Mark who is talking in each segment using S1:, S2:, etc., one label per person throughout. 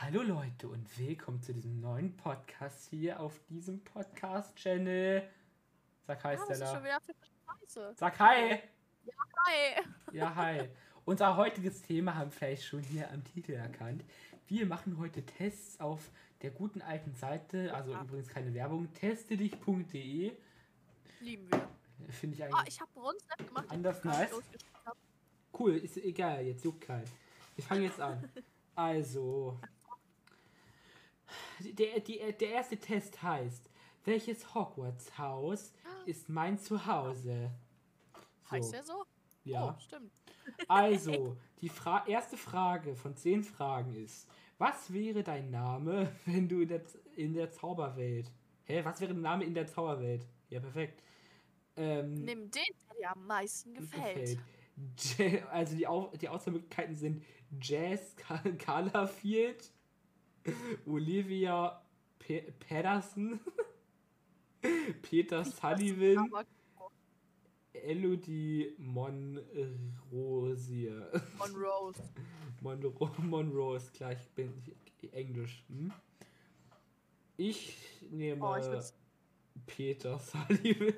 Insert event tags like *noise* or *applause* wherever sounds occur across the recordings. S1: Hallo Leute und willkommen zu diesem neuen Podcast hier auf diesem Podcast-Channel. Sag hi,
S2: Ah, was ist schon
S1: Stella.
S2: wieder für eine Scheiße?
S1: Sag hi.
S2: Hi!
S1: Ja, hi. Unser heutiges Thema haben vielleicht schon hier am Titel erkannt. Wir machen heute Tests auf der guten alten Seite, also
S2: Ah.
S1: übrigens keine Werbung, testedich.de.
S2: Lieben wir.
S1: Finde ich
S2: Ah,
S1: eigentlich
S2: ich hab Rundstep gemacht. den
S1: anders
S2: Podcast
S1: nice.
S2: losgeschickt hab.
S1: Cool, ist egal, jetzt juckt kein. Wir fangen jetzt an. Also. Der, die, der erste Test heißt: Welches Hogwarts-Haus ist mein Zuhause?
S2: Heißt der so?
S1: ja.
S2: Oh, *laughs* stimmt.
S1: Also, die Fra erste Frage von zehn Fragen ist: Was wäre dein Name, *laughs* wenn du in der, Z- in der Zauberwelt. Hä, was wäre dein Name in der Zauberwelt? Ja, perfekt. Ähm,
S2: Nimm den, der dir am meisten gefällt.
S1: gefällt. Ja- Also die, Au die Auswahlmöglichkeiten sind Jazz *laughs* Ca- Caulfield, Olivia Pe Pedersen, *laughs* Peter Sullivan,
S2: Aber
S1: Elodie *laughs* Monrosier.
S2: Monroe's.
S1: Monroe, Monroe ist gleich, bin ich Englisch. Hm? Ich nehme
S2: Oh, ich würd's-
S1: Peter Sullivan.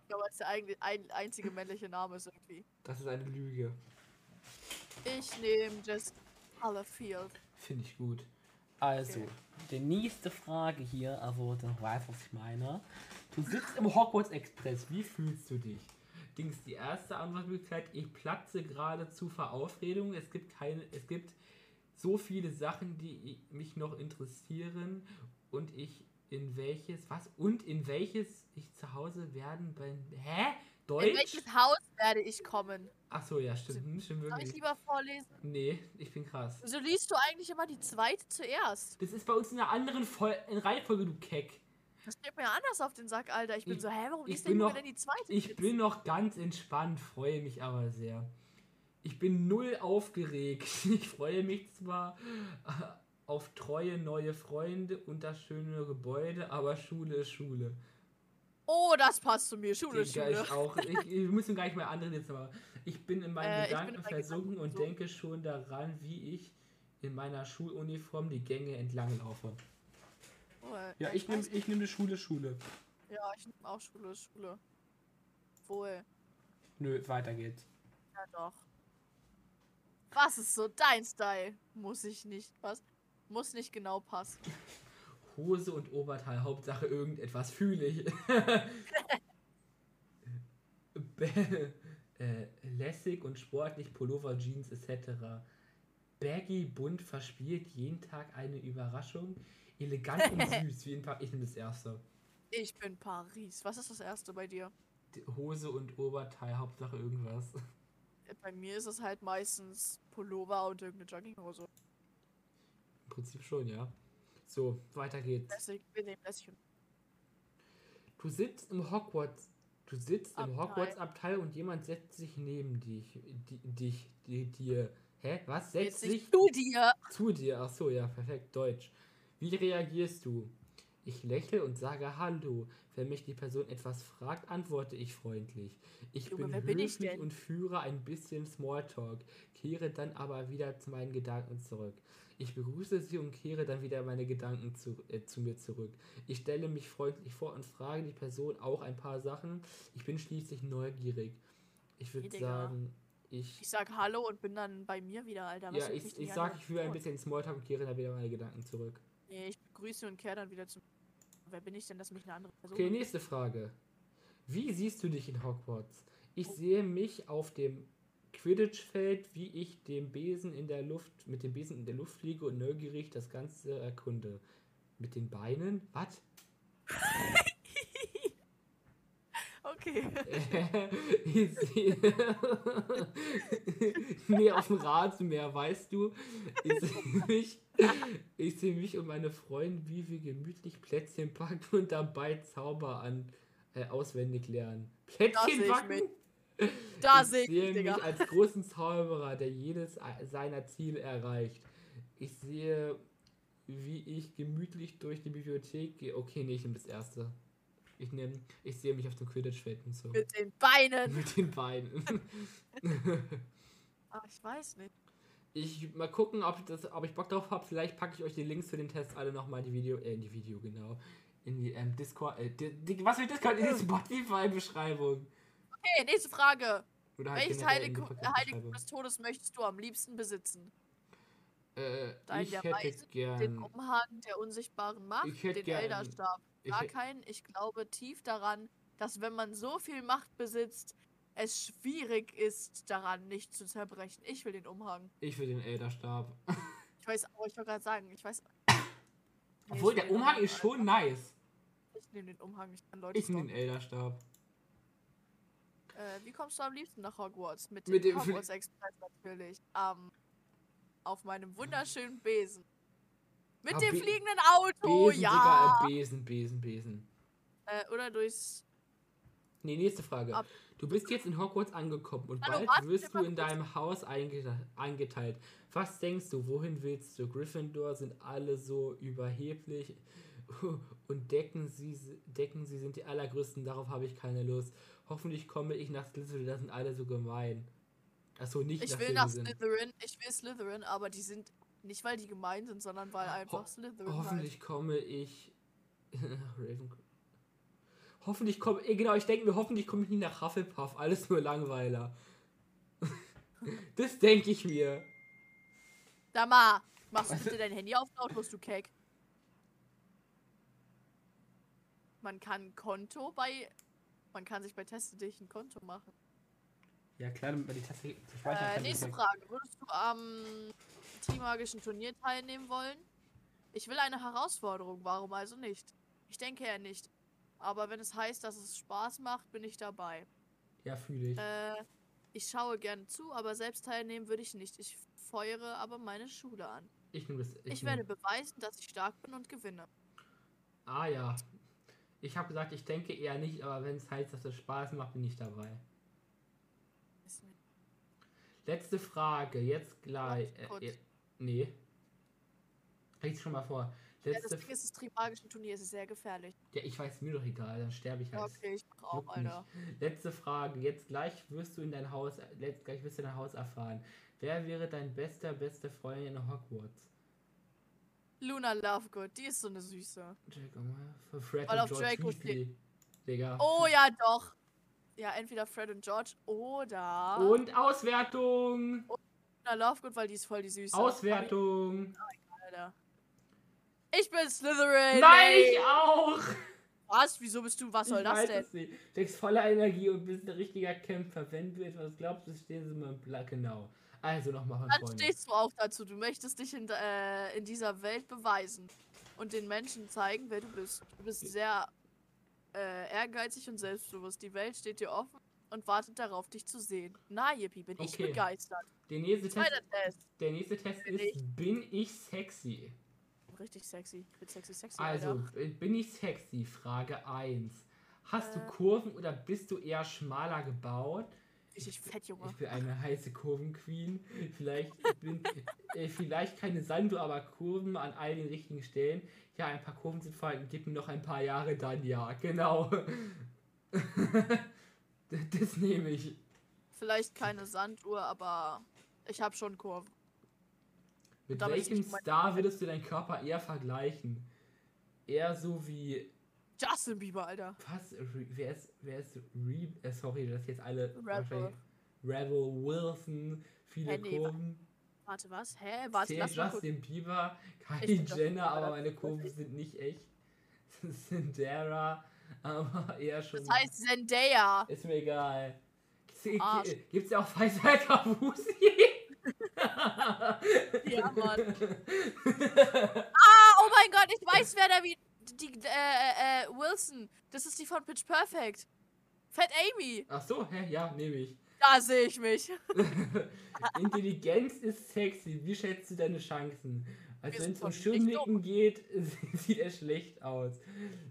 S2: Ich glaube, das ist der eigentlich ein, einzige männliche Name ist irgendwie.
S1: Das ist eine Lüge.
S2: Ich nehme Jess Hollerfield.
S1: Finde ich gut. Also,
S2: Okay.
S1: die nächste Frage hier, also du weißt, was ich meine. Du sitzt im Hogwarts Express, wie fühlst du dich? Dings, die erste Antwortmöglichkeit, ich platze geradezu vor Aufregung. Es gibt keine, es gibt so viele Sachen, die i- mich noch interessieren und ich in welches, was? Und in welches ich zu Hause werden beim, hä?
S2: In
S1: Deutsch?
S2: welches Haus werde ich kommen?
S1: Achso, ja, stimmt, hm, stimmt
S2: Soll ich
S1: wirklich.
S2: lieber vorlesen?
S1: Nee, ich bin krass.
S2: So liest du eigentlich immer die zweite zuerst.
S1: Das ist bei uns in einer anderen Fol in Reihenfolge, du Keck.
S2: Das steht mir anders auf den Sack, Alter. Ich bin
S1: Ich-
S2: so, hä, warum
S1: ich
S2: liest
S1: bin
S2: der Junge
S1: noch-
S2: denn die zweite?
S1: Ich bin noch ganz entspannt, freue mich aber sehr. Ich bin null aufgeregt. *laughs* Ich freue mich zwar äh, auf treue neue Freunde und das schöne Gebäude, aber Schule ist Schule.
S2: Oh, das passt zu mir. Schule,
S1: Digga,
S2: Schule.
S1: ich auch. Ich, wir müssen gar nicht mehr andere jetzt aber. Ich bin in meinen
S2: Äh, ich bin in
S1: Gedanken
S2: meinen
S1: versunken
S2: Gedanken
S1: und
S2: versunken.
S1: denke schon daran, wie ich in meiner Schuluniform die Gänge entlang laufe.
S2: Oh, äh,
S1: Ja, ich nehme
S2: weiß
S1: ich nehm die Schule Schule.
S2: Ja, ich nehme auch Schule, Schule. Wohl.
S1: Nö, weiter geht's.
S2: Ja, doch. Was ist so dein Style? Muss ich nicht. Was? Muss nicht genau passen.
S1: Hose und Oberteil, Hauptsache irgendetwas fühle ich. *laughs* Be- äh, lässig und sportlich, Pullover, Jeans etc. Baggy, bunt, verspielt, jeden Tag eine Überraschung. Elegant und süß, wie in Paris. Ich nehme das erste.
S2: Ich bin Paris. Was ist das erste bei dir?
S1: Die Hose und Oberteil, Hauptsache irgendwas.
S2: Äh, Bei mir ist es halt meistens Pullover und irgendeine Jogginghose.
S1: Im Prinzip schon, ja. So, weiter geht's.
S2: Lässig. Wir nehmen Lässchen.
S1: Du sitzt im Hogwarts. Du sitzt im
S2: Abteil.
S1: Hogwarts-Abteil und jemand setzt sich neben dich. Di- Dich, di- dir. Hä? Was? Setzt
S2: Jetzt
S1: sich
S2: nicht du dir.
S1: zu dir. Ach so, ja, perfekt. Deutsch. Wie reagierst du? Ich lächle und sage Hallo. Wenn mich die Person etwas fragt, antworte ich freundlich. Ich
S2: Junge,
S1: bin
S2: wer bin ich
S1: höflich
S2: denn?
S1: und führe ein bisschen Smalltalk, kehre dann aber wieder zu meinen Gedanken zurück. Ich begrüße sie und kehre dann wieder meine Gedanken zu, äh, zu mir zurück. Ich stelle mich freundlich vor und frage die Person auch ein paar Sachen. Ich bin schließlich neugierig. Ich würde
S2: Digga.
S1: sagen, ich
S2: Ich sag Hallo und bin dann bei mir wieder, Alter. Was
S1: ja,
S2: juckt
S1: ich,
S2: mich
S1: ich,
S2: denn die
S1: sag,
S2: andere
S1: ich führe ein
S2: Person?
S1: bisschen Smalltalk und kehre dann wieder meine Gedanken zurück.
S2: Nee, ich begrüße und kehre dann wieder zu. Wer bin ich denn, dass mich eine andere Person.
S1: Okay, nächste Frage. Wie siehst du dich in Hogwarts? Ich sehe mich auf dem Quidditch-Feld, wie ich dem Besen in der Luft, mit dem Besen in der Luft fliege und neugierig das Ganze erkunde. Mit den Beinen? Was?
S2: okay. *laughs*
S1: *laughs* ich sehe. nee, auf dem Rasenmäher, weißt du. Ich sehe mich, ich sehe mich und meine Freundin, wie wir gemütlich Plätzchen packen und dabei Zauber an äh, auswendig lernen.
S2: sehe
S1: Plätzchen
S2: ich
S1: packen?
S2: mich. Da
S1: ich
S2: sehe ich
S1: sehe
S2: dich,
S1: mich
S2: Digga.
S1: als großen Zauberer, der jedes ei- seiner Ziele erreicht. Ich sehe, wie ich gemütlich durch die Bibliothek gehe. Okay, nee, ich nehme das erste. Ich nehme, ich sehe mich auf dem Quidditch-Feld und so.
S2: Mit
S1: *laughs*
S2: den Beinen.
S1: Mit den Beinen.
S2: Ach, ich Ah, weiß nicht.
S1: *laughs* Ich mal gucken, ob ich, das, ob ich Bock drauf habe. Vielleicht packe ich euch die Links zu den Tests alle nochmal in die Video, äh, in die Video, genau. In die ähm, Discord, äh, di, di, was für Discord? In
S2: *laughs*
S1: die Spotify-Beschreibung.
S2: Okay, nächste Frage.
S1: Oder halt
S2: Welches
S1: generell in
S2: Heilig
S1: die
S2: Heiligen
S1: Podcast-Beschreibung.
S2: des Todes möchtest du am liebsten besitzen?
S1: Äh,
S2: Dein
S1: ich
S2: der
S1: hätte
S2: Weise, Den
S1: gern.
S2: Umhang der unsichtbaren Macht,
S1: Ähm, Ich hätte
S2: den
S1: gern-
S2: Elderstab.
S1: Ich,
S2: Gar
S1: hä-
S2: keinen. Ich glaube tief daran, dass wenn man so viel Macht besitzt, es schwierig ist, daran nicht zu zerbrechen. Ich will den Umhang.
S1: ich will den
S2: *laughs*
S1: Elderstab.
S2: Ich weiß, aber ich wollte gerade sagen, ich weiß. Nee,
S1: Obwohl,
S2: ich
S1: der
S2: will den
S1: Umhang ist
S2: Alter.
S1: schon nice.
S2: Ich nehme den Umhang, ich kann Leute
S1: Ich nehme den
S2: stalken.
S1: Elderstab.
S2: Äh, wie kommst du am liebsten nach Hogwarts? Mit dem,
S1: Mit dem Flie-
S2: Hogwarts Express natürlich. Am- auf meinem wunderschönen Besen. Mit
S1: Ah,
S2: dem
S1: Be-
S2: fliegenden Auto,
S1: Besen,
S2: Oh ja!
S1: Digga, äh, Besen, Besen, Besen.
S2: Äh, oder durchs.
S1: Nee, nächste Frage.
S2: Ab-
S1: Du bist jetzt in Hogwarts angekommen und
S2: Hallo,
S1: bald
S2: warte,
S1: wirst du
S2: warte
S1: in
S2: kurz.
S1: deinem Haus einge eingeteilt. Was denkst du, wohin willst du? Gryffindor sind alle so überheblich *laughs* und decken sie, decken sie sind die allergrößten, darauf habe ich keine Lust. Hoffentlich komme ich nach Slytherin, das sind alle so gemein. Achso, nicht
S2: Ich
S1: nach
S2: will nach
S1: Slytherin.
S2: Slytherin. Ich will Slytherin, aber die sind. Nicht, weil die gemein sind, sondern weil einfach Slytherin. halt.
S1: Hoffentlich komme ich *laughs* nach Ravenclaw. Hoffentlich komme ich, genau, ich denke mir, hoffentlich komme ich nie nach Hufflepuff, alles nur Langweiler. *laughs* das denke ich mir.
S2: Halt. Dama,
S1: *laughs*
S2: machst du
S1: Was?
S2: bitte dein Handy auf lautlos, du Keck. Man kann Konto bei. Man kann sich bei Teste dich ein Konto machen.
S1: Ja, klar, damit man die Taste
S2: Äh, nächste Frage. Würdest du am Teamagischen Turnier teilnehmen wollen? Ich will eine Herausforderung, warum also nicht? Ich denke ja nicht. Aber wenn es heißt, dass es Spaß macht, bin ich dabei.
S1: Ja, fühle ich.
S2: Äh, ich schaue gerne zu, aber selbst teilnehmen würde ich nicht. Ich feuere aber meine Schule an.
S1: Ich nehme das. Ich,
S2: Ich,
S1: nehm-
S2: werde beweisen, dass ich stark bin und gewinne.
S1: Ah ja. Ich habe gesagt, ich denke eher nicht, aber wenn es heißt, dass es Spaß macht, bin ich dabei.
S2: Ist mir-
S1: Letzte Frage, jetzt gleich.
S2: Warte kurz.
S1: Äh, äh, nee. Riech's schon mal vor.
S2: Ja, das
S1: Letzte
S2: Ding ist, das Trimagische Turnier ist sehr gefährlich.
S1: Ja, ich weiß, mir doch egal, dann sterbe ich
S2: Ja,
S1: halt.
S2: okay, ich mach auch,
S1: juckt mich.
S2: Oh, Alter.
S1: Letzte Frage. Jetzt gleich wirst du in dein Haus, jetzt gleich wirst du dein Haus erfahren. Wer wäre dein bester, bester Freund in Hogwarts?
S2: Luna Lovegood, die ist so eine Süße.
S1: Draco Malfoy, oh Fred
S2: Weil
S1: und
S2: auf
S1: George
S2: Draco steht-
S1: Weasley. Digga.
S2: Oh ja, doch. Ja, entweder Fred und George oder
S1: Und Auswertung!
S2: Oh, Luna Lovegood, weil die ist voll die Süße.
S1: Auswertung!
S2: Hab ich- Alter. Ich bin Slytherin.
S1: Nein,
S2: ey.
S1: ich auch!
S2: Was? Wieso bist du? Was soll
S1: ich
S2: das
S1: weiß
S2: denn?
S1: es nicht. Du steckst voller Energie und bist ein richtiger Kämpfer. Wenn du etwas glaubst, dann stehen sie mal im Bla Genau. Also nochmal von
S2: Dann
S1: vorne.
S2: stehst du auch dazu. Du möchtest dich in, äh, in dieser Welt beweisen und den Menschen zeigen, wer du bist. Du bist sehr äh, ehrgeizig und selbstbewusst. Die Welt steht dir offen und wartet darauf, dich zu sehen. Na, Yippie, bin ich
S1: Okay.
S2: begeistert.
S1: Der nächste Test,
S2: Zweiter Test.
S1: der nächste Test
S2: Bin ich.
S1: ist, bin ich sexy?
S2: Richtig sexy. Ich bin sexy, sexy.
S1: Also,
S2: Alter.
S1: b- bin ich sexy? Frage 1. Hast du
S2: Äh.
S1: Kurven oder bist du eher schmaler gebaut?
S2: Richtig fett, Junge.
S1: Ich bin eine heiße Kurvenqueen. Vielleicht bin äh, vielleicht keine Sandro, aber Kurven an all den richtigen Stellen. Ja, ein paar Kurven sind vorhanden. Gib mir noch ein paar Jahre, dann ja. Genau. *laughs* D- das nehme ich.
S2: Vielleicht keine Sanduhr, aber ich habe schon Kurven.
S1: Mit
S2: Damit ist
S1: welchem
S2: nicht mein-
S1: Star würdest du deinen Körper eher vergleichen? Eher so wie.
S2: Justin Bieber, Alter.
S1: Was? Re- Wer ist. Wer ist. Re äh, sorry, dass jetzt alle.
S2: Rebel.
S1: wahrscheinlich- Rebel Wilson. Viele
S2: Hä, nee, wa-
S1: Kurven.
S2: Warte, was? Hä? Warte,
S1: Zählt
S2: lass mal kurz.
S1: Justin Bieber,
S2: Ich bin
S1: Kylie
S2: Justin
S1: Jenner,
S2: Bieber,
S1: aber
S2: das
S1: meine
S2: ist
S1: Kurven
S2: richtig.
S1: sind nicht echt. *laughs* Sindera, aber eher schon.
S2: Das heißt Zendaya.
S1: ist mir egal. Z-
S2: Arsch.
S1: Gibt's ja auch Faisal Kavusi?
S2: *laughs* Ja, Mann.
S1: *laughs*
S2: Ah, oh mein Gott, ich weiß, wer da wie. Die, äh, äh, Wilson. Das ist die von Pitch Perfect. Fat Amy.
S1: Ach so, hä? Ja, nehme ich.
S2: Da sehe ich mich.
S1: Intelligenz ist sexy. Wie schätzt du deine Chancen? Also
S2: Wir
S1: wenn
S2: sind
S1: es um
S2: doch nicht
S1: Schwimmnicken geht, *laughs* sieht er schlecht aus.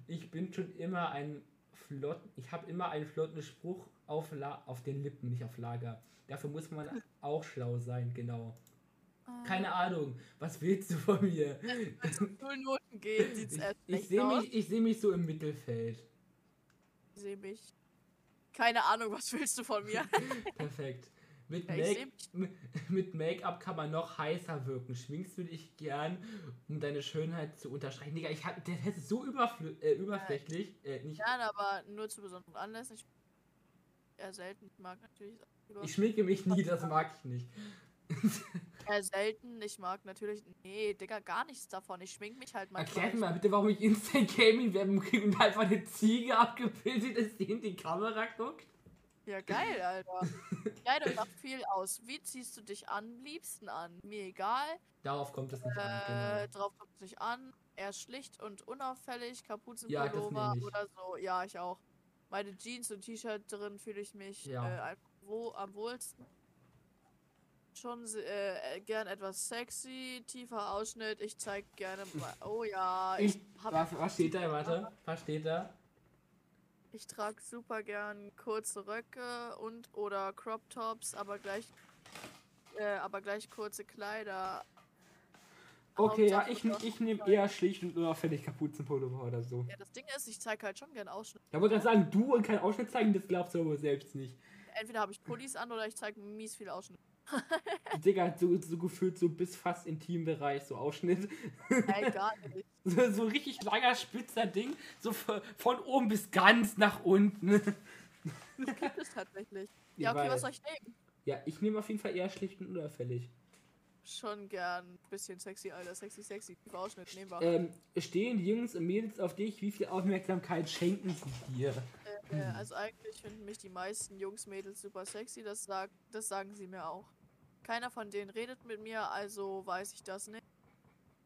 S1: Ich bin schon immer ein flott, ich habe immer einen flotten Spruch auf, La auf den Lippen, nicht auf Lager. Dafür muss man auch schlau sein, genau. Keine Ahnung, was willst du von mir?
S2: Äh, Null Noten gehen, sieht's
S1: Ich,
S2: erst
S1: ich
S2: schlecht
S1: sehe
S2: aus.
S1: mich, ich seh mich so im Mittelfeld. *laughs*
S2: Ich sehe mich. Keine Ahnung, was willst du von mir?
S1: Perfekt. Mit
S2: Ja, ich
S1: Make-
S2: seh mich.
S1: m- mit Make-up kann man noch heißer wirken. Schminkst du dich gern, um deine Schönheit zu unterstreichen? Digga, ich hab, der Test ist so überflü- äh, überflächlich. Äh, nicht,
S2: Nein, aber nur zu besonderen Anlässen. Ich eher selten. Ich mag natürlich Sachen
S1: ich schminke mich nie, das mag ich nicht.
S2: eher Äh, selten. Ich mag natürlich. Nee, Digga, gar nichts davon. Ich schmink mich halt mal.
S1: Erklärt mir mal bitte, warum ich Instant Gaming Werbung kriege und da einfach eine Ziege abgebildet ist, die in die Kamera guckt.
S2: Ja,
S1: *laughs*
S2: geil, Alter. Kleidung macht viel aus. Wie ziehst du dich am liebsten an? Mir egal.
S1: Darauf kommt es nicht an, genau.
S2: Äh, drauf kommt es nicht an. Er ist schlicht und unauffällig.
S1: Ja, das
S2: Kapuzenpullover
S1: nehm ich.
S2: oder so. Ja, ich auch. Meine Jeans und T-Shirt drin fühle ich mich
S1: Ja.
S2: äh, einfach wo, am wohlsten. Schon se- äh, äh, gern etwas sexy, tiefer Ausschnitt. Ich zeig gerne. mal- Oh ja,
S1: genau.
S2: ich,
S1: Ich,
S2: hab,
S1: was, was steht da? Warte, was steht da?
S2: ich trage super gern kurze Röcke und oder Crop Tops, aber gleich, äh, aber gleich kurze Kleider.
S1: Okay, ja,
S2: Hauptsache
S1: ich,
S2: doch-
S1: ich nehme eher schlicht und unauffällig Kapuzenpullover oder so.
S2: Ja, das Ding ist, ich zeige halt schon gern Ausschnitt.
S1: Da wollte ich gerade sagen, du und kein Ausschnitt zeigen, das glaubst du aber selbst nicht.
S2: Entweder habe ich Pullis an oder ich zeige mies viel Ausschnitt.
S1: Digga, so, so gefühlt so bis fast Intimbereich, so Ausschnitt. *laughs*
S2: Ey, gar nicht.
S1: So, so richtig langer, spitzer Ding, so v- von oben bis ganz nach unten. *laughs*
S2: Gibt es tatsächlich. Ja, okay, was soll ich nehmen?
S1: ja, ich nehme auf jeden Fall eher schlicht und unauffällig.
S2: Schon gern ein bisschen sexy, Alter. Sexy, sexy. Tiefer Ausschnitt, nehmbar.
S1: Ähm, stehen die Jungs und Mädels auf dich? Wie viel Aufmerksamkeit schenken sie dir?
S2: Äh,
S1: Hm.
S2: also eigentlich finden mich die meisten Jungs, Mädels super sexy. Das, sag, das sagen sie mir auch. Keiner von denen redet mit mir, also weiß ich das nicht.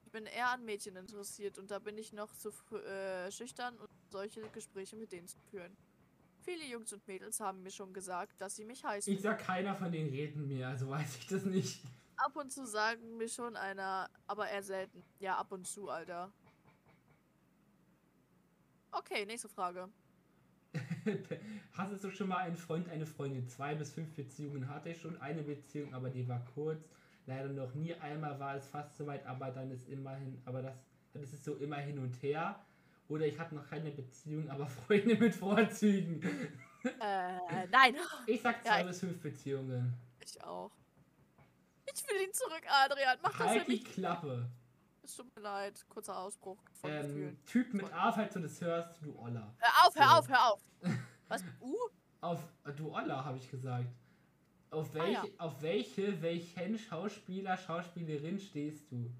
S2: Ich bin eher an Mädchen interessiert und da bin ich noch zu fr- äh, schüchtern, um solche Gespräche mit denen zu führen. Viele Jungs und Mädels haben mir schon gesagt, dass sie mich heiß
S1: Ich sag, keiner von denen reden mir, also weiß ich das nicht.
S2: Ab und zu sagen mir schon einer, aber eher selten. Ja, ab und zu, Alter. Okay, nächste Frage.
S1: *laughs* Hattest du schon mal einen Freund, eine Freundin? Zwei bis fünf Beziehungen hatte ich schon. Eine Beziehung, aber die war kurz. Leider noch nie einmal war es fast so weit, aber dann ist immerhin, aber das, dann ist es so immer hin und her. Oder ich hatte noch keine Beziehung, aber *laughs* Freunde mit Vorzügen.
S2: Äh, nein.
S1: Ich sag
S2: Ja,
S1: zwei
S2: ich-
S1: bis fünf Beziehungen.
S2: Ich auch. Ich will ihn zurück, Adrian. Mach das
S1: halt
S2: für
S1: die
S2: mich.
S1: Klappe.
S2: Es tut mir leid. Kurzer Ausbruch von
S1: Ähm,
S2: Gefühlen.
S1: typ mit A, falls du das hörst, du Olla.
S2: Hör auf,
S1: so.
S2: hör auf, hör
S1: *laughs*
S2: auf. Was? Uh?
S1: Auf äh, du Olla, habe ich gesagt. Auf
S2: Ah,
S1: welche,
S2: ja.
S1: auf welche, welchen Schauspieler, Schauspielerin stehst du?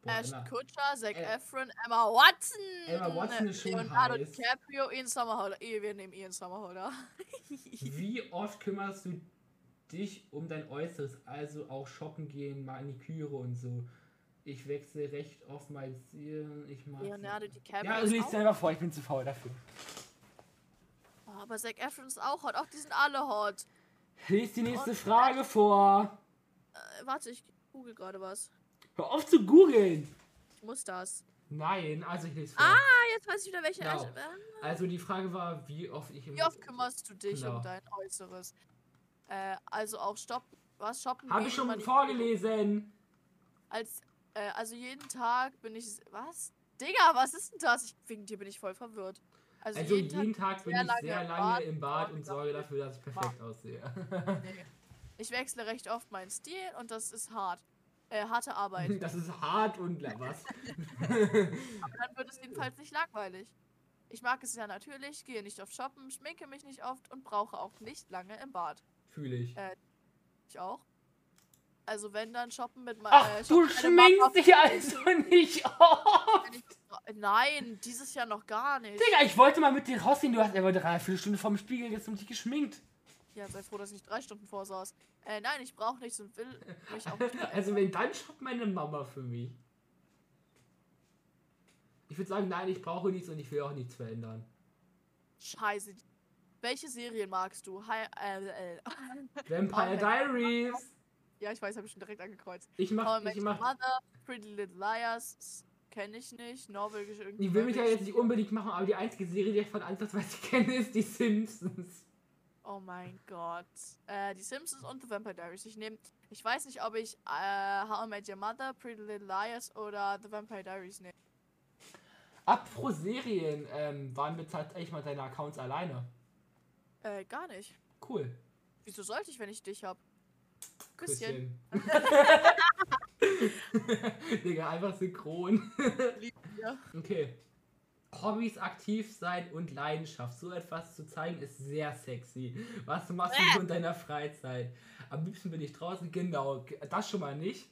S1: Boah,
S2: Ashton
S1: Emma.
S2: Kutcher, Zac
S1: Äh,
S2: Efron, Emma Watson.
S1: Emma Watson ist schon
S2: Leonardo
S1: heiß.
S2: DiCaprio, Ian Somerhalder. Eh, wir nehmen Ian Somerhalder.
S1: Wie oft kümmerst du dich um dein Äußeres? Also auch shoppen gehen, Maniküre und so. Ich wechsle recht oft mein Ziel. Ich mag
S2: Leonardo DiCaprio.
S1: Ja, also
S2: ist
S1: liest
S2: auch-
S1: selber vor, ich bin zu faul dafür.
S2: Oh, aber Zac Efron ist auch hot. Auch die sind alle hot.
S1: Lies die nächste
S2: Und-
S1: Frage vor.
S2: Äh, warte, ich google gerade was.
S1: Hör auf zu googeln.
S2: Ich muss das.
S1: Nein, also ich lese vor.
S2: Ah, jetzt weiß ich wieder welche.
S1: Genau.
S2: Äh,
S1: Also die Frage war, wie oft ich im
S2: Wie oft kümmerst du dich
S1: Genau.
S2: um dein Äußeres? Äh, also auch stopp. Was shoppen?
S1: Habe
S2: gehen,
S1: ich schon
S2: man-
S1: vorgelesen.
S2: Als, äh, also jeden Tag bin ich. Was? Digga, was ist denn das? Ich, wegen dir bin ich voll verwirrt. Also,
S1: Also
S2: jeden, Tag.
S1: bin
S2: sehr
S1: ich
S2: lange
S1: sehr
S2: im
S1: lange
S2: Bad
S1: im Bad und
S2: und
S1: sorge
S2: dann-
S1: dafür, dass ich perfekt aussehe.
S2: Ich wechsle recht oft meinen Stil und das ist hart. Äh, harte Arbeit.
S1: *laughs* Das ist hart und la-
S2: *laughs*
S1: was?
S2: Dann wird es jedenfalls nicht langweilig. Ich mag es ja natürlich, gehe nicht oft shoppen, schminke mich nicht oft und brauche auch nicht lange im Bad.
S1: Fühle ich.
S2: Äh, Ich auch. Also wenn dann shoppen mit meinem.
S1: Ach, du schminkst dich also nicht auf.
S2: Nein, dieses Jahr noch gar nicht.
S1: Digga, ich wollte mal mit dir rausgehen. Du hast aber drei, vier Stunden vorm Spiegel jetzt und dich geschminkt.
S2: Ja, sei froh, dass ich nicht drei Stunden vorsaß. Äh, nein, ich brauche nichts und will mich auch nicht.
S1: *laughs* Also wenn, dann shoppt meine Mama für mich. Ich würde sagen, nein, ich brauche nichts und ich will auch nichts verändern.
S2: Scheiße. Welche Serien magst du? Hi, äh, äh.
S1: Vampire Diaries.
S2: Ja, ich weiß, habe ich schon direkt angekreuzt.
S1: Ich
S2: How
S1: mach,
S2: I Met
S1: ich
S2: Your
S1: mach
S2: Mother, Pretty Little Liars, kenne ich nicht. Norwegische irgendwie.
S1: Ich will mich ja jetzt
S2: norwegische-
S1: nicht unbedingt machen, aber die einzige Serie, die ich von Ansatzweise *laughs* kenne, ist die Simpsons.
S2: Oh mein Gott. Äh, die Simpsons und The Vampire Diaries. Ich nehme. Ich weiß nicht, ob ich äh, How I Met Your Mother, Pretty Little Liars oder The Vampire Diaries nehme.
S1: Apropos Serien, ähm, waren wir tatsächlich mal deine Accounts alleine.
S2: Äh, gar nicht.
S1: Cool.
S2: Wieso sollte ich, wenn ich dich hab? Küsschen.
S1: Küsschen. *laughs* Digga, einfach synchron.
S2: Lieb dir.
S1: Okay. Hobbys aktiv sein und Leidenschaft. So etwas zu zeigen ist sehr sexy. Was machst du so in deiner Freizeit? Am liebsten bin ich draußen. Genau, das schon mal nicht.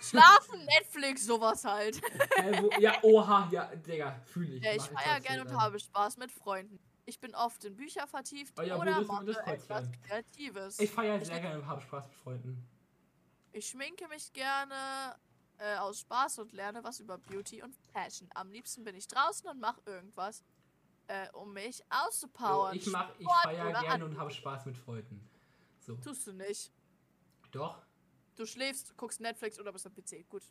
S2: Schlafen, Netflix,
S1: *laughs*
S2: sowas halt.
S1: Äh, wo, ja, oha, ja, Digga, fühle ich.
S2: Ja, ich
S1: Mach
S2: feier
S1: trotzdem
S2: gern und
S1: dann.
S2: habe Spaß mit Freunden. Ich bin oft in Bücher vertieft
S1: Oh ja, wo
S2: oder
S1: willst du mit
S2: mache
S1: Discord
S2: etwas
S1: sein?
S2: Kreatives.
S1: Ich
S2: Ich,
S1: feiere sehr gerne und habe Spaß mit Freunden.
S2: schminke mich gerne äh, aus Spaß und lerne was über Beauty und Fashion. Am liebsten bin ich draußen und mache irgendwas, äh, um mich
S1: So,
S2: auszupowern.
S1: ich mach, ich
S2: Sport
S1: feiere
S2: oder
S1: gerne
S2: an-
S1: und habe Spaß mit Freunden. So,
S2: Tust du nicht.
S1: doch.
S2: Du schläfst, guckst Netflix oder bist am
S1: *laughs*
S2: PC. Gut.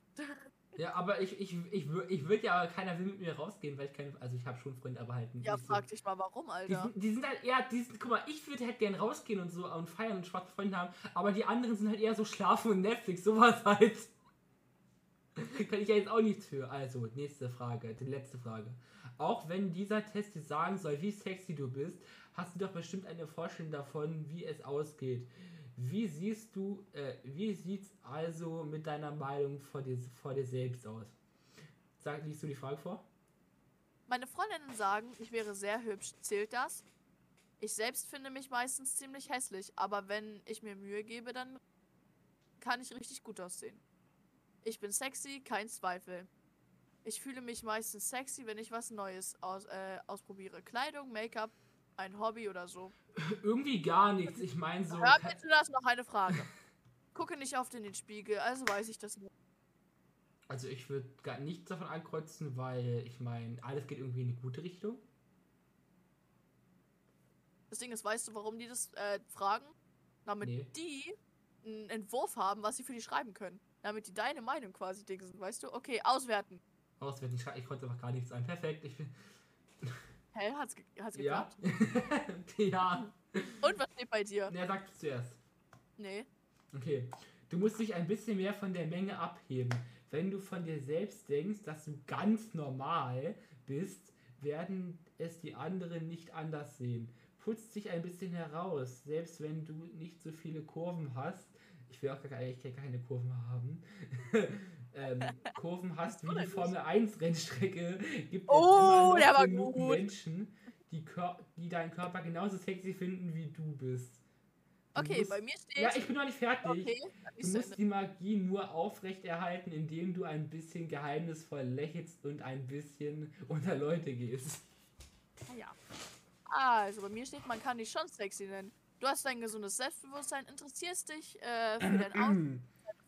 S1: Ja, aber ich, ich, ich, wür- ich würde ja, keiner will mit mir rausgehen, weil ich keine, also ich habe schon Freunde, aber halt nicht
S2: Ja,
S1: so.
S2: frag dich mal warum,
S1: Die
S2: Alter.
S1: sind, die sind halt eher, die sind, guck mal, ich würde halt gern rausgehen und so und feiern und Spaß mit Freunden haben, aber die anderen sind halt eher so schlafen und Netflix, sowas halt. *laughs* Kann ich ja jetzt auch nichts für. Also, nächste Frage, die letzte Frage. Auch wenn dieser Test dir sagen soll, wie sexy du bist, hast du doch bestimmt eine Vorstellung davon, wie es ausgeht. Wie siehst du, äh, wie sieht's also mit deiner Meinung vor dir, vor dir selbst aus? Sag, liest du die Frage vor?
S2: Meine Freundinnen sagen, ich wäre sehr hübsch. Zählt das? Ich selbst finde mich meistens ziemlich hässlich, aber wenn ich mir Mühe gebe, dann kann ich richtig gut aussehen. Ich bin sexy, kein Zweifel. Ich fühle mich meistens sexy, wenn ich was Neues aus, äh, ausprobiere. Kleidung, Make-up, ein Hobby oder so.
S1: Irgendwie gar nichts. Ich meine so.
S2: Hör bitte, das ist noch eine Frage. Gucke nicht oft in den Spiegel, also weiß ich das nicht.
S1: Also ich würde gar nichts davon ankreuzen, weil ich meine, alles geht irgendwie in eine gute Richtung.
S2: Das Ding ist, weißt du, warum die das äh, fragen? Damit
S1: Nee.
S2: die einen Entwurf haben, was sie für die schreiben können. Damit die deine Meinung quasi dingsen, weißt du? Okay, auswerten.
S1: Auswerten, ich, ich kreuz einfach gar nichts an. Perfekt, ich bin.
S2: Hä, hat's, ge hat's
S1: Ja.
S2: geklappt?
S1: *laughs* ja.
S2: Und was steht bei dir?
S1: Er sagt es zuerst.
S2: Nee.
S1: Okay. Du musst dich ein bisschen mehr von der Menge abheben. Wenn du von dir selbst denkst, dass du ganz normal bist, werden es die anderen nicht anders sehen. Putz dich ein bisschen heraus, selbst wenn du nicht so viele Kurven hast. Ich will auch gar, eigentlich gar keine Kurven haben. *laughs* ähm, Kurven hast wie die
S2: Unangenehm.
S1: Formel 1 Rennstrecke. Gibt es
S2: Oh,
S1: immer
S2: der
S1: noch
S2: war
S1: genug
S2: gut.
S1: Menschen, die, Kör die deinen Körper genauso sexy finden, wie du bist. Du
S2: Okay,
S1: musst-
S2: bei mir steht.
S1: Ja, ich bin noch nicht fertig.
S2: okay, dann
S1: Du
S2: ist zu Ende.
S1: musst die Magie nur aufrechterhalten, indem du ein bisschen geheimnisvoll lächelst und ein bisschen *laughs* unter Leute gehst.
S2: Ah, ja. Also bei mir steht, man kann dich schon sexy nennen. Du hast ein gesundes Selbstbewusstsein, interessierst dich äh, für dein
S1: *clears throat*
S2: Aussehen.
S3: Hm.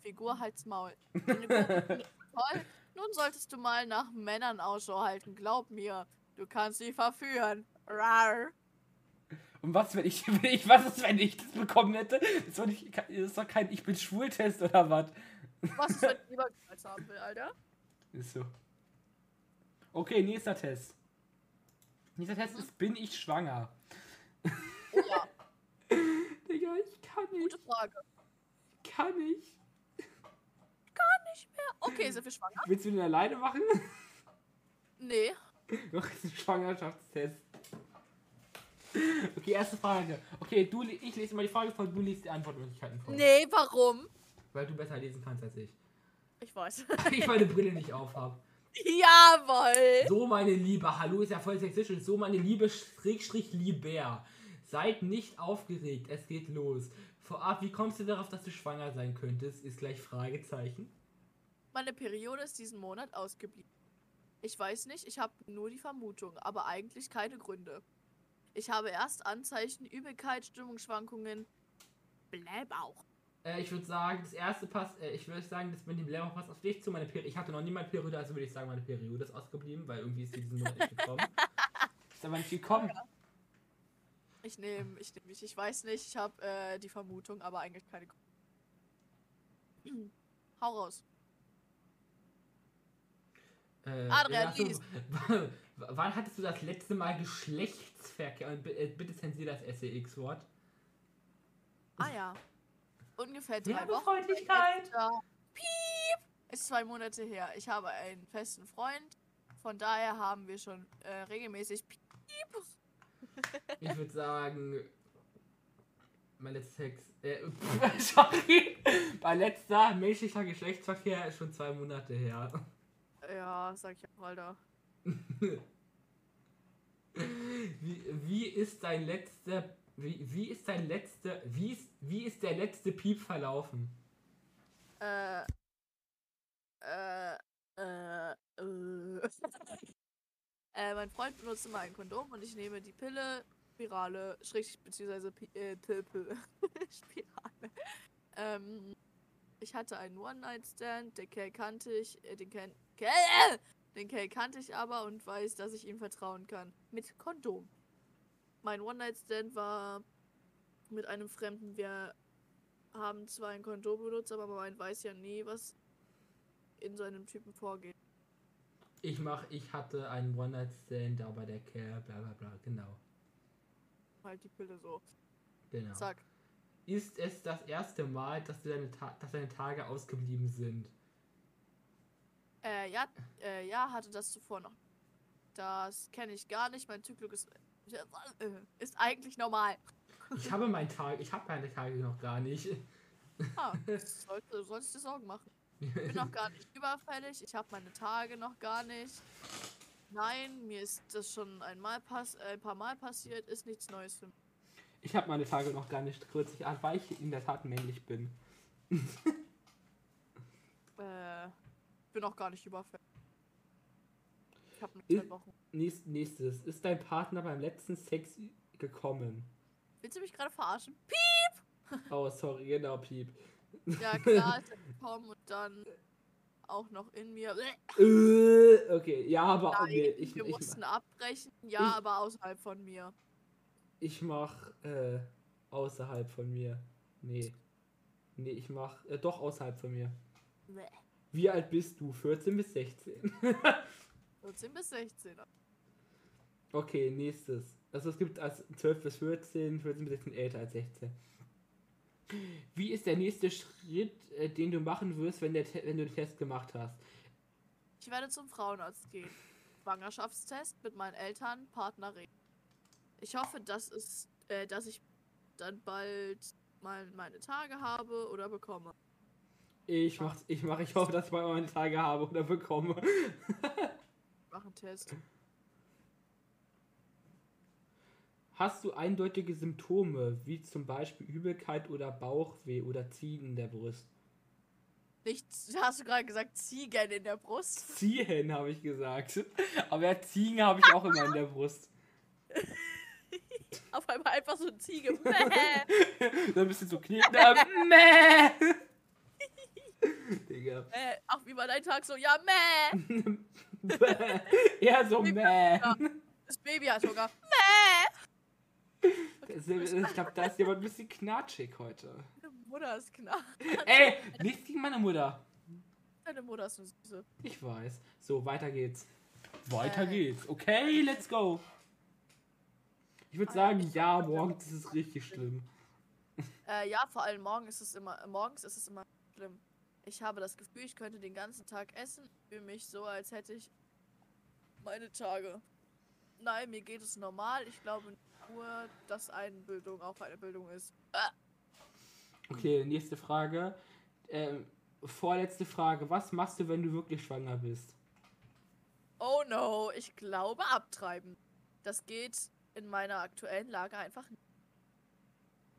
S2: Figur halt's Maul. Deine Gurke findest du toll. Nun solltest du mal nach Männern Ausschau halten, glaub mir. Du kannst sie verführen. Rar.
S3: Und was, wenn ich, *laughs* wenn ich, was ist, wenn ich das bekommen hätte? Das ist doch, nicht, das ist doch kein Ich bin schwul-Test oder was?
S2: Was ist, wenn ich lieber Kreuz haben will, Alter?
S3: Ist so. Okay, nächster Test. Nächster Test ist, bin ich schwanger?
S2: Oh ja,
S3: *laughs*
S1: Digga, ich kann nicht,
S2: gute Frage.
S1: ich kann nicht.
S2: Okay, sind wir schwanger?
S3: Willst du den alleine machen?
S2: Nee.
S3: Noch ist ein Schwangerschaftstest. Okay, erste Frage. Okay, du, li- ich lese mal die Frage vor, du liest die Antwortmöglichkeiten vor.
S2: Nee, warum?
S1: Weil du besser lesen kannst als ich. *laughs*
S2: Ich weiß. *laughs*
S1: Ich meine Brille nicht auf hab.
S2: Jawohl.
S1: So, meine Liebe, hallo ist ja voll sexistisch. So, meine Liebe, Schrägstrich, Lieber. Seid nicht aufgeregt, es geht los. Vorab, wie kommst du darauf, dass du schwanger sein könntest? Ist gleich Fragezeichen.
S2: Meine Periode ist diesen Monat ausgeblieben. Ich weiß nicht, ich habe nur die Vermutung, aber eigentlich keine Gründe. Ich habe erst Anzeichen, Übelkeit, Stimmungsschwankungen, Blähbauch.
S1: Äh, ich würde sagen, das erste passt, äh, ich würde sagen, das mit dem Lehrmann passt auf dich zu. Meine Peri ich hatte noch nie meine Periode, also würde ich sagen, meine Periode ist ausgeblieben, weil irgendwie ist sie diesen Monat nicht
S2: *laughs*
S1: gekommen.
S3: Ist aber nicht gekommen.
S2: Ich nehme, ich nehme mich. Ich weiß nicht, ich habe äh, die Vermutung, aber eigentlich keine. Gründe. *clears throat* Hau raus.
S1: Äh,
S2: Adrian,
S1: ja, so,
S2: lies.
S1: *laughs* w- wann hattest du das letzte Mal Geschlechtsverkehr? Und bi- äh, bitte zensier das E SEX-Wort.
S2: Ah ja. Ungefähr drei Wochen.
S1: Werbefreundlichkeit!
S2: Ja. Piep! Ist zwei Monate her. Ich habe einen festen Freund. Von daher haben wir schon äh, regelmäßig Piep.
S1: Ich würde sagen, mein letzter Sex. Äh, *laughs* sorry. Mein letzter menschlicher Geschlechtsverkehr ist schon zwei Monate her.
S2: Ja, sag ich auch, Alter.
S1: Wie, wie ist dein letzter. Wie, wie ist dein letzter. Wie ist, wie ist der letzte Piep verlaufen?
S2: Äh. Äh. Äh. Äh. *laughs* äh mein Freund benutzt immer ein Kondom und ich nehme die Pille, Spirale, schräg, beziehungsweise Pi äh, Pilpel. *laughs* Spirale. Ähm. Ich hatte einen One-Night-Stand, den Kerl kannte ich, äh, den Kerl. Kerl! *laughs* Den Kerl kannte ich aber und weiß, dass ich ihm vertrauen kann. Mit Kondom. Mein One-Night-Stand war mit einem Fremden. Wir haben zwar ein Kondom benutzt, aber man weiß ja nie, was in so einem Typen vorgeht.
S1: Ich mach, ich hatte einen One-Night-Stand, aber der Kerl, bla bla bla, genau.
S2: Halt die Pille so.
S1: Genau.
S2: Zack.
S1: Ist es das erste Mal, dass, du deine, Ta dass deine Tage ausgeblieben sind?
S2: Äh, ja, äh, ja, hatte das zuvor noch. Das kenne ich gar nicht. Mein Zyklus ist, äh, ist eigentlich normal.
S1: Ich habe meinen Tag, ich habe meine Tage noch gar nicht.
S2: Ah, sollte, sollst dir Sorgen machen. Ich bin noch gar nicht überfällig. Ich habe meine Tage noch gar nicht. Nein, mir ist das schon einmal pass äh, ein paar Mal passiert. Ist nichts Neues für mich.
S3: Ich habe meine Tage noch gar nicht kürzlich an, weil ich in der Tat männlich bin.
S2: Äh, ich bin auch gar nicht überfällig. Ich habe noch
S1: Ist-
S2: zwei Wochen.
S1: Nächst, nächstes. Ist dein Partner beim letzten Sex gekommen?
S2: Willst du mich gerade verarschen?
S1: Oh, sorry, genau, Piep.
S2: Ja, klar, ist er gekommen und dann auch noch in mir.
S1: Äh, okay, ja, aber
S2: Nein,
S1: nee, ich,
S2: wir
S1: ich,
S2: mussten abbrechen, ja,
S1: Ich-
S2: aber außerhalb von mir.
S1: ich mach äh, außerhalb von mir. Nee. Nee, ich mach äh, doch außerhalb von mir.
S2: Bäh.
S1: Wie alt bist du? 14 bis 16.
S2: 14 bis 16.
S1: *laughs* Okay, nächstes. Also es gibt als 12 bis 14, 14 bis 16 älter als 16. Wie ist der nächste Schritt, äh, den du machen wirst, wenn, der Te- wenn du den Test gemacht hast?
S2: Ich werde zum Frauenarzt gehen. Schwangerschaftstest mit meinen Eltern, Partner reden. Ich hoffe, dass, es, äh, dass ich dann bald mal meine Tage habe oder bekomme.
S1: Ich mach's, ich mach, ich hoffe, dass ich mal meine Tage habe oder bekomme.
S2: Mach einen Test.
S1: Hast du eindeutige Symptome, wie zum Beispiel Übelkeit oder Bauchweh oder Ziehen in der Brust?
S2: Nichts, *laughs* hast du gerade gesagt, Ziegen in der Brust?
S1: Ziehen, habe ich gesagt. Aber ja, Ziegen habe ich auch immer in der Brust.
S2: Auf einmal einfach so eine Ziege.
S1: *laughs* Dann bist du so kneten. äh, Mäh. Digga.
S2: äh, auch wie man einen Tag so, ja, meh.
S1: Eher so mäh.
S2: Das Baby hat sogar.
S1: Das- Ich glaube, da ist jemand ein bisschen knatschig heute.
S2: Meine Mutter ist *laughs* knapp.
S1: Ey, nichts gegen meine Mutter.
S2: Deine Mutter ist eine Süße.
S1: Ich weiß. So, weiter geht's.
S3: Weiter
S2: Äh.
S3: geht's.
S1: Okay, let's go. Ich würde
S2: Ah,
S1: sagen,
S2: ich-
S1: ja, morgens ist es richtig schlimm.
S2: Äh, ja, vor allem morgen ist es immer, morgens ist es immer schlimm. Ich habe das Gefühl, ich könnte den ganzen Tag essen. Ich fühle mich so, als hätte ich meine Tage. Nein, mir geht es normal. Ich glaube nur, dass eine Bildung auch eine Bildung ist.
S1: Okay, nächste Frage. Ähm, vorletzte Frage. Was machst du, wenn du wirklich schwanger bist?
S2: Oh no, ich glaube abtreiben. Das geht in meiner aktuellen Lage einfach nicht.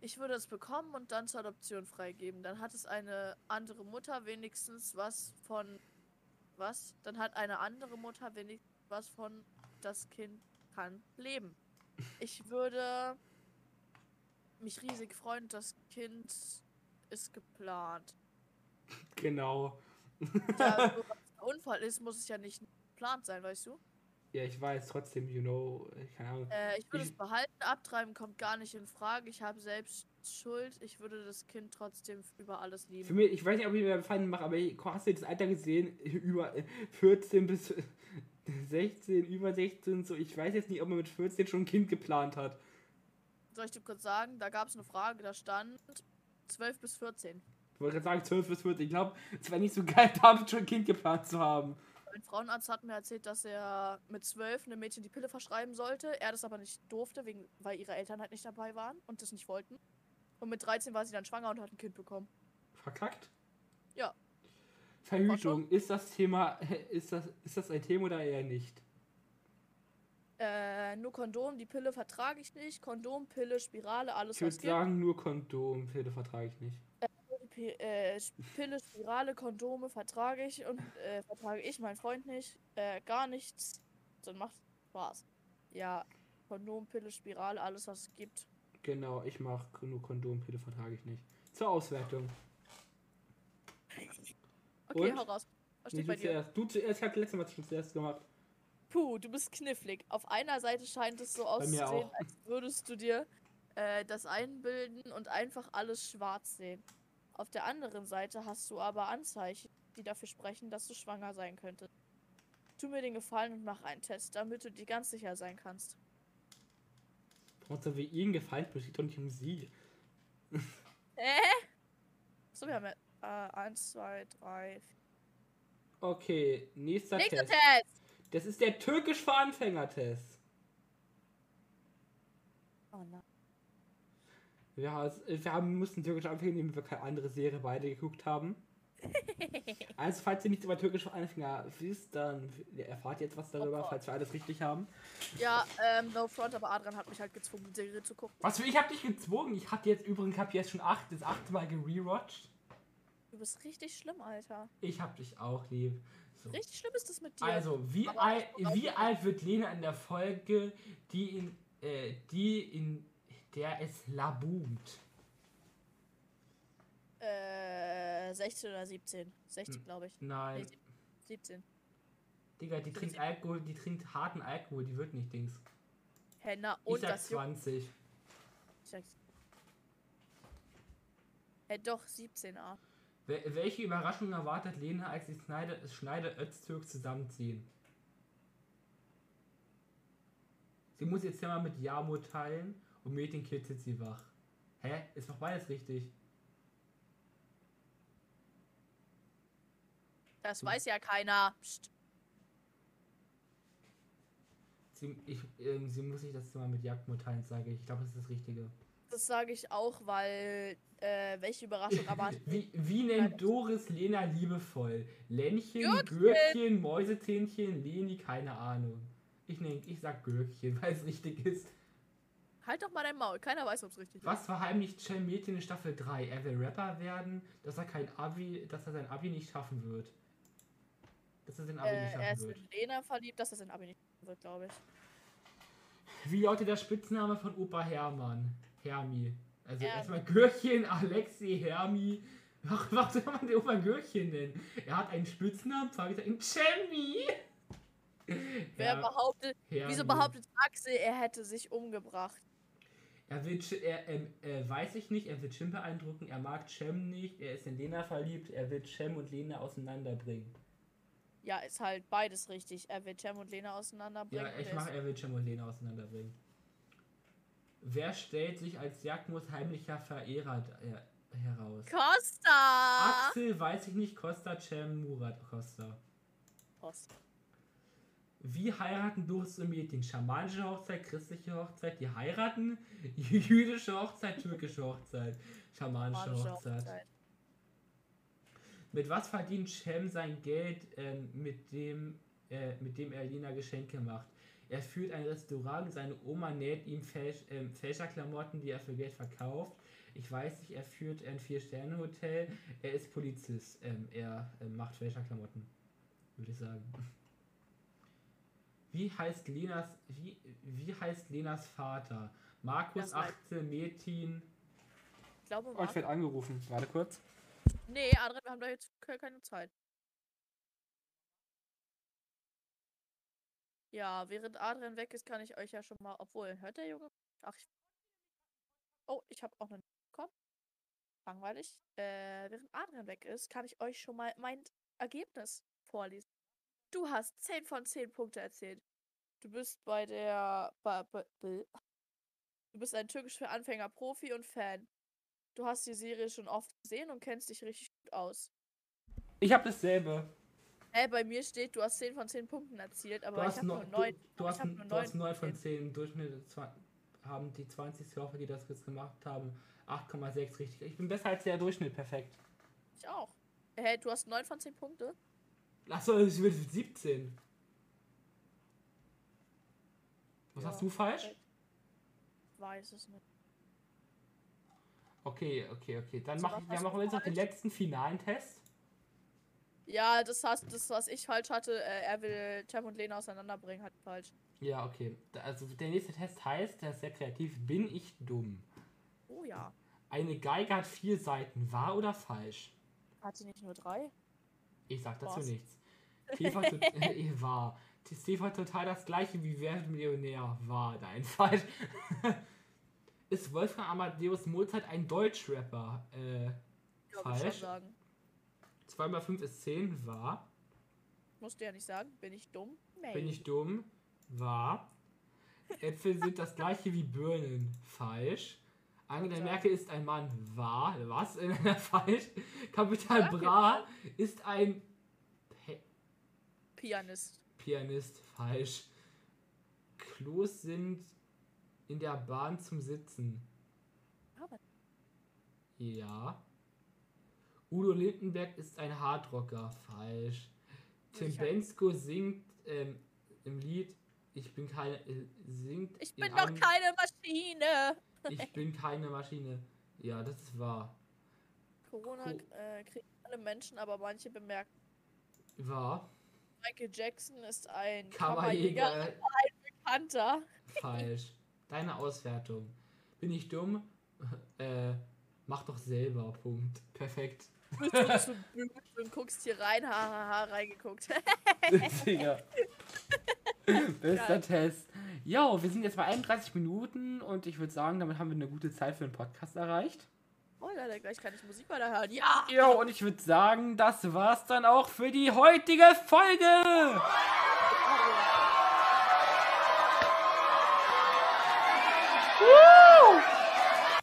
S2: Ich würde es bekommen und dann zur Adoption freigeben. Dann hat es eine andere Mutter wenigstens was von. Was? Dann hat eine andere Mutter wenigstens was von. Das Kind kann leben. Ich würde mich riesig freuen. Das Kind ist geplant.
S1: Genau.
S2: Da *laughs* sowas ein Unfall ist, muss es ja nicht geplant sein, weißt du?
S1: Ja, ich weiß, trotzdem, you know, äh, keine Ahnung.
S2: Äh, ich würde
S1: Ich-
S2: es behalten, abtreiben kommt gar nicht in Frage. Ich habe selbst Schuld. Ich würde das Kind trotzdem über alles
S1: Für
S2: lieben.
S1: mich, ich weiß nicht, ob ich mir einen Feind mache, aber ich- hast du das Alter gesehen? *laughs* Über äh, 14 bis *laughs* 16, über 16, so. Ich weiß jetzt nicht, ob man mit 14 schon ein Kind geplant hat.
S2: Soll ich dir kurz sagen, da gab es eine Frage, da stand 12 bis 14.
S1: Ich wollte gerade sagen, 12 bis 14. Ich glaube, es wäre nicht so geil, damit schon ein Kind geplant zu haben.
S2: Mein Frauenarzt hat mir erzählt, dass er mit 12 einem Mädchen die Pille verschreiben sollte. Er das aber nicht durfte, wegen, weil ihre Eltern halt nicht dabei waren und das nicht wollten. Und mit 13 war sie dann schwanger und hat ein Kind bekommen.
S1: Verkackt?
S2: Ja.
S1: Verhütung, ist das Thema, ist das, ist das ein Thema oder eher nicht?
S2: Äh, nur Kondom, die Pille vertrage ich nicht. Kondom, Pille, Spirale, alles
S1: Ich würde
S2: was gibt.
S1: sagen, nur Kondom, Pille vertrage ich nicht.
S2: Pi äh, Pille, Spirale, Kondome vertrage ich und äh, vertrage ich meinen Freund nicht. Äh, gar nichts. Dann macht Spaß. Ja, Kondom, Pille, Spirale, alles was es gibt.
S1: Genau, ich mache nur Kondom, Pille vertrage ich nicht. Zur Auswertung.
S2: Okay,
S1: Und?
S2: hau raus. Was
S1: Nee,
S2: steht bei
S1: du,
S2: dir?
S1: zuerst. du zuerst, ich habe letztes Mal schon zuerst gemacht.
S2: Puh, du bist knifflig. Auf einer Seite scheint es so
S1: mir
S2: auszusehen,
S1: auch.
S2: als würdest du dir äh, das einbilden und einfach alles schwarz sehen. Auf der anderen Seite hast du aber Anzeichen, die dafür sprechen, dass du schwanger sein könntest. Tu mir den Gefallen und mach einen Test, damit du dir ganz sicher sein kannst.
S1: Trotzdem, wie ihnen gefallen, es besteht doch nicht um sie.
S2: Äh? So, wir haben ja, äh, eins, zwei, drei, vier.
S1: Okay, nächster
S2: Nächster
S1: Test.
S2: Test!
S1: Das ist der türkisch für Anfänger-Test.
S2: Oh nein.
S1: Wir, has- wir haben, mussten türkisch anfangen, indem wir keine andere Serie beide geguckt
S2: *laughs*
S1: haben. also, falls ihr nichts über türkische Anfänger wisst, dann erfahrt ihr jetzt was darüber,
S2: Oh Gott.
S1: falls wir alles richtig haben.
S2: Ja, ähm, no front, aber Adrian hat mich halt gezwungen, die Serie zu gucken.
S1: Was für ich hab dich gezwungen. Ich hatte jetzt übrigens, hab jetzt schon acht, das achte Mal gerewatcht.
S2: Du bist richtig schlimm, Alter.
S1: Ich hab dich auch lieb. So.
S2: Richtig schlimm ist das mit dir.
S1: Also, wie,
S2: Aber
S1: alt,
S2: ich brauch-
S1: wie alt wird Lena in der Folge, die in, äh, die in der es laboomt?
S2: Äh, 16 oder 17. 16,
S1: Hm.
S2: glaube ich.
S1: Nein,
S2: Nee, sieb- 17.
S1: Digga, die trinkt Alkohol, die trinkt harten Alkohol, die wird nicht Dings.
S2: Henna
S1: Ich
S2: und
S1: sag
S2: das Juck.
S1: 20.
S2: Ich sag's. Hä, doch, ah. 17a.
S1: Wel welche Überraschung erwartet Lena, als sie Schneider, Schneider Öztürk zusammenziehen? Sie muss jetzt Zimmer mit Jamo teilen und Mädchen kitzelt sie wach. Hä? Ist doch beides richtig.
S2: Das
S1: Hm.
S2: weiß ja keiner. Psst.
S1: Sie, ich, ähm, sie muss sich das Zimmer mit Jagmo teilen, sage ich. Ich glaube, das ist das Richtige.
S2: Das sage ich auch, weil, äh, welche Überraschung erwartet.
S1: *laughs* Wie, wie nennt Doris Lena liebevoll? Lännchen,
S2: Gürkchen.
S1: Gürkchen, Mäusetähnchen, Leni, keine Ahnung. Ich, nenn, ich sag *laughs* Gürkchen, weil es richtig ist.
S2: halt doch mal dein Maul. Keiner weiß, ob's richtig ist.
S1: Was verheimlicht Cem Mädchen in Staffel 3? Er will Rapper werden, dass er kein Abi, dass er sein Abi nicht schaffen wird. Dass er sein Abi nicht
S2: Äh, er
S1: schaffen
S2: ist
S1: wird.
S2: mit Lena verliebt, dass er sein Abi nicht wird, glaube ich.
S1: Wie lautet der Spitzname von Opa Hermann? Hermi. Also
S2: Hermi.
S1: erstmal Gürchen, Alexi, Hermi. Ach, was soll man den Opa Gürchen nennen? Er hat einen Spitznamen, frage ich da, Cemmi.
S2: Wer behauptet, wieso behauptet Axel, er hätte sich umgebracht?
S1: Er will, Ch- er, ähm, äh, weiß ich nicht, er will Cem beeindrucken, er mag Cem nicht, er ist in Lena verliebt, er will Cem und Lena auseinanderbringen.
S2: Ja, ist halt beides richtig. Er will Cem und Lena
S1: Ja,
S2: auseinanderbringen. und
S1: ich
S2: er ist-
S1: mache, er will Cem und Lena auseinanderbringen. Wer stellt sich als Jagdmus heimlicher Verehrer äh, heraus?
S2: Costa!
S1: Axel, weiß ich nicht, Costa, Cem, Murat, Costa.
S2: Post.
S1: Wie heiraten Doris und Mädchen? Schamanische Hochzeit, christliche Hochzeit, die heiraten? *laughs* Jüdische Hochzeit, türkische Hochzeit, schamanische
S2: Manische
S1: Hochzeit.
S2: Hochzeit.
S1: Mit was verdient Cem sein Geld, ähm, mit, dem, äh, mit dem er Lena Geschenke macht? Er führt ein Restaurant, seine Oma näht ihm Fälsch, ähm, Fälscherklamotten, die er für Geld verkauft. Ich weiß nicht, er führt ein Vier-Sterne-Hotel. Er ist Polizist. Ähm, er ähm, macht Fälscherklamotten, würde ich sagen. Wie heißt Lenas, wie, wie heißt Lenas Vater? Markus
S2: Das weiß
S1: 18, Metin.
S2: Ich glaube,
S3: Oh, ich
S2: Marc.
S3: werde angerufen. Warte kurz.
S2: Nee, Adrian, wir haben da jetzt ke- keine Zeit. Ja, während Adrian weg ist, kann ich euch ja schon mal. Obwohl, hört der Junge? Ach, ich. Oh, ich habe auch noch nicht bekommen. Langweilig. Äh, während Adrian weg ist, kann ich euch schon mal mein Ergebnis vorlesen. Du hast 10 von 10 Punkte erzielt. Du bist bei der. Ba, ba, bl- du bist ein türkisch für Anfänger Profi und Fan. Du hast die Serie schon oft gesehen und kennst dich richtig gut aus.
S3: Ich habe dasselbe.
S2: Hey, bei mir steht, du hast 10 von 10 Punkten erzielt,
S1: Du
S2: aber ich
S1: hast,
S2: habe
S1: no,
S2: nur 9.
S1: du, du, hast,
S2: hab nur
S1: du hast
S2: neun
S1: 9 von
S2: von
S1: 10, im Durchschnitt 20, haben die 20 Surfer, die das jetzt gemacht haben, 8,6 richtig. Ich bin besser als der Durchschnitt, perfekt.
S2: Ich auch. Hey, du hast 9 von 10 Punkte?
S1: Achso, ich bin 17. Was
S2: Ja,
S1: hast du falsch?
S2: perfekt. Weiß es nicht.
S1: Okay, okay, okay. Dann,
S2: Also,
S1: mach,
S2: was
S1: ich-
S2: hast
S1: dann machen
S2: du
S1: wir jetzt noch den
S2: falsch?
S1: letzten finalen Test.
S2: Ja, das heißt, das, was ich falsch hatte, äh, er will Cem und Lena auseinanderbringen, hat falsch.
S1: Ja, okay. Da- Also der nächste Test heißt, der ist sehr kreativ, bin ich dumm?
S2: Oh ja.
S1: Eine Geige hat vier Seiten, wahr oder falsch?
S2: Hat sie nicht nur drei?
S1: Ich sag dazu
S2: Was?
S1: nichts. Teva tot- *laughs* eh, war. Teva total das gleiche wie Wer wird Millionär war. Nein, *laughs* falsch. Ist Wolfgang Amadeus Mozart ein Deutschrapper? Äh,
S2: Ja, würd ich schon
S1: Falsch.
S2: sagen.
S1: 2 mal 5 ist 10, war.
S2: Musst du ja nicht sagen. Bin ich dumm? Nee.
S1: Bin ich dumm? War. Äpfel sind das gleiche wie Birnen. Falsch. Angela
S2: Ja.
S1: Merkel ist ein Mann. War. Was? *laughs* Falsch. Kapital
S2: Merkel.
S1: Bra ist ein Pe
S2: Pianist.
S1: Pianist. Falsch. Klos sind in der Bahn zum Sitzen.
S2: Aber
S1: Ja. Udo Lindenberg ist ein Hardrocker. Falsch. Tim
S2: Sicher.
S1: Bensko singt ähm, im Lied Ich bin keine. äh, Singt
S2: ich
S1: in
S2: bin doch
S1: einem-
S2: keine Maschine!
S1: Ich bin keine Maschine. Ja, das ist wahr.
S2: Corona
S1: Cool.
S2: äh, kriegt alle Menschen, aber manche bemerken,
S1: Wahr.
S2: Michael Jackson ist ein Kammerjäger.
S1: Kammerjäger.
S2: Hunter.
S1: Falsch. Deine Auswertung. Bin ich dumm? *laughs* Äh, mach doch selber. Punkt. Perfekt.
S2: Bist du zu blöd und guckst hier rein, hahaha, ha, ha, reingeguckt. *laughs*
S3: Digga. Bester Test. Jo, wir sind jetzt bei 31 Minuten und ich würde sagen, damit haben wir eine gute Zeit für den Podcast erreicht.
S2: oh, leider gleich kann ich Musik weiterhören. Ja!
S3: Jo, und ich würde sagen, das war's dann auch für die heutige Folge.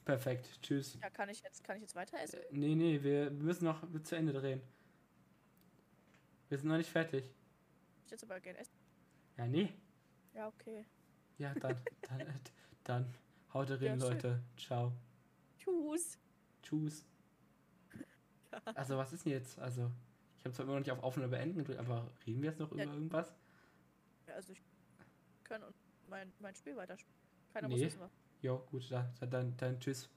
S3: Perfekt. Tschüss.
S2: Ja, kann ich jetzt, kann ich jetzt weiter essen?
S3: Nee, nee, wir müssen noch zu Ende drehen. Wir sind noch nicht fertig.
S2: Ich jetzt aber gerne essen.
S3: Ja, nee.
S2: Ja, okay.
S3: Ja,
S2: *laughs*
S3: dann, dann, äh, dann. Haut rein,
S2: Ja, schön.
S3: Leute. Ciao.
S2: Tschüss.
S3: Tschüss. Also, was ist denn jetzt? Also, ich habe zwar immer noch nicht auf Aufnahme beenden gedrückt, aber reden wir jetzt noch über
S2: Ja.
S3: irgendwas?
S2: Ja, Also ich kann und mein, mein Spiel weiterspielen. Keiner
S3: Nee.
S2: muss wissen, was
S3: Jo, gut, dann, dann, dann tschüss.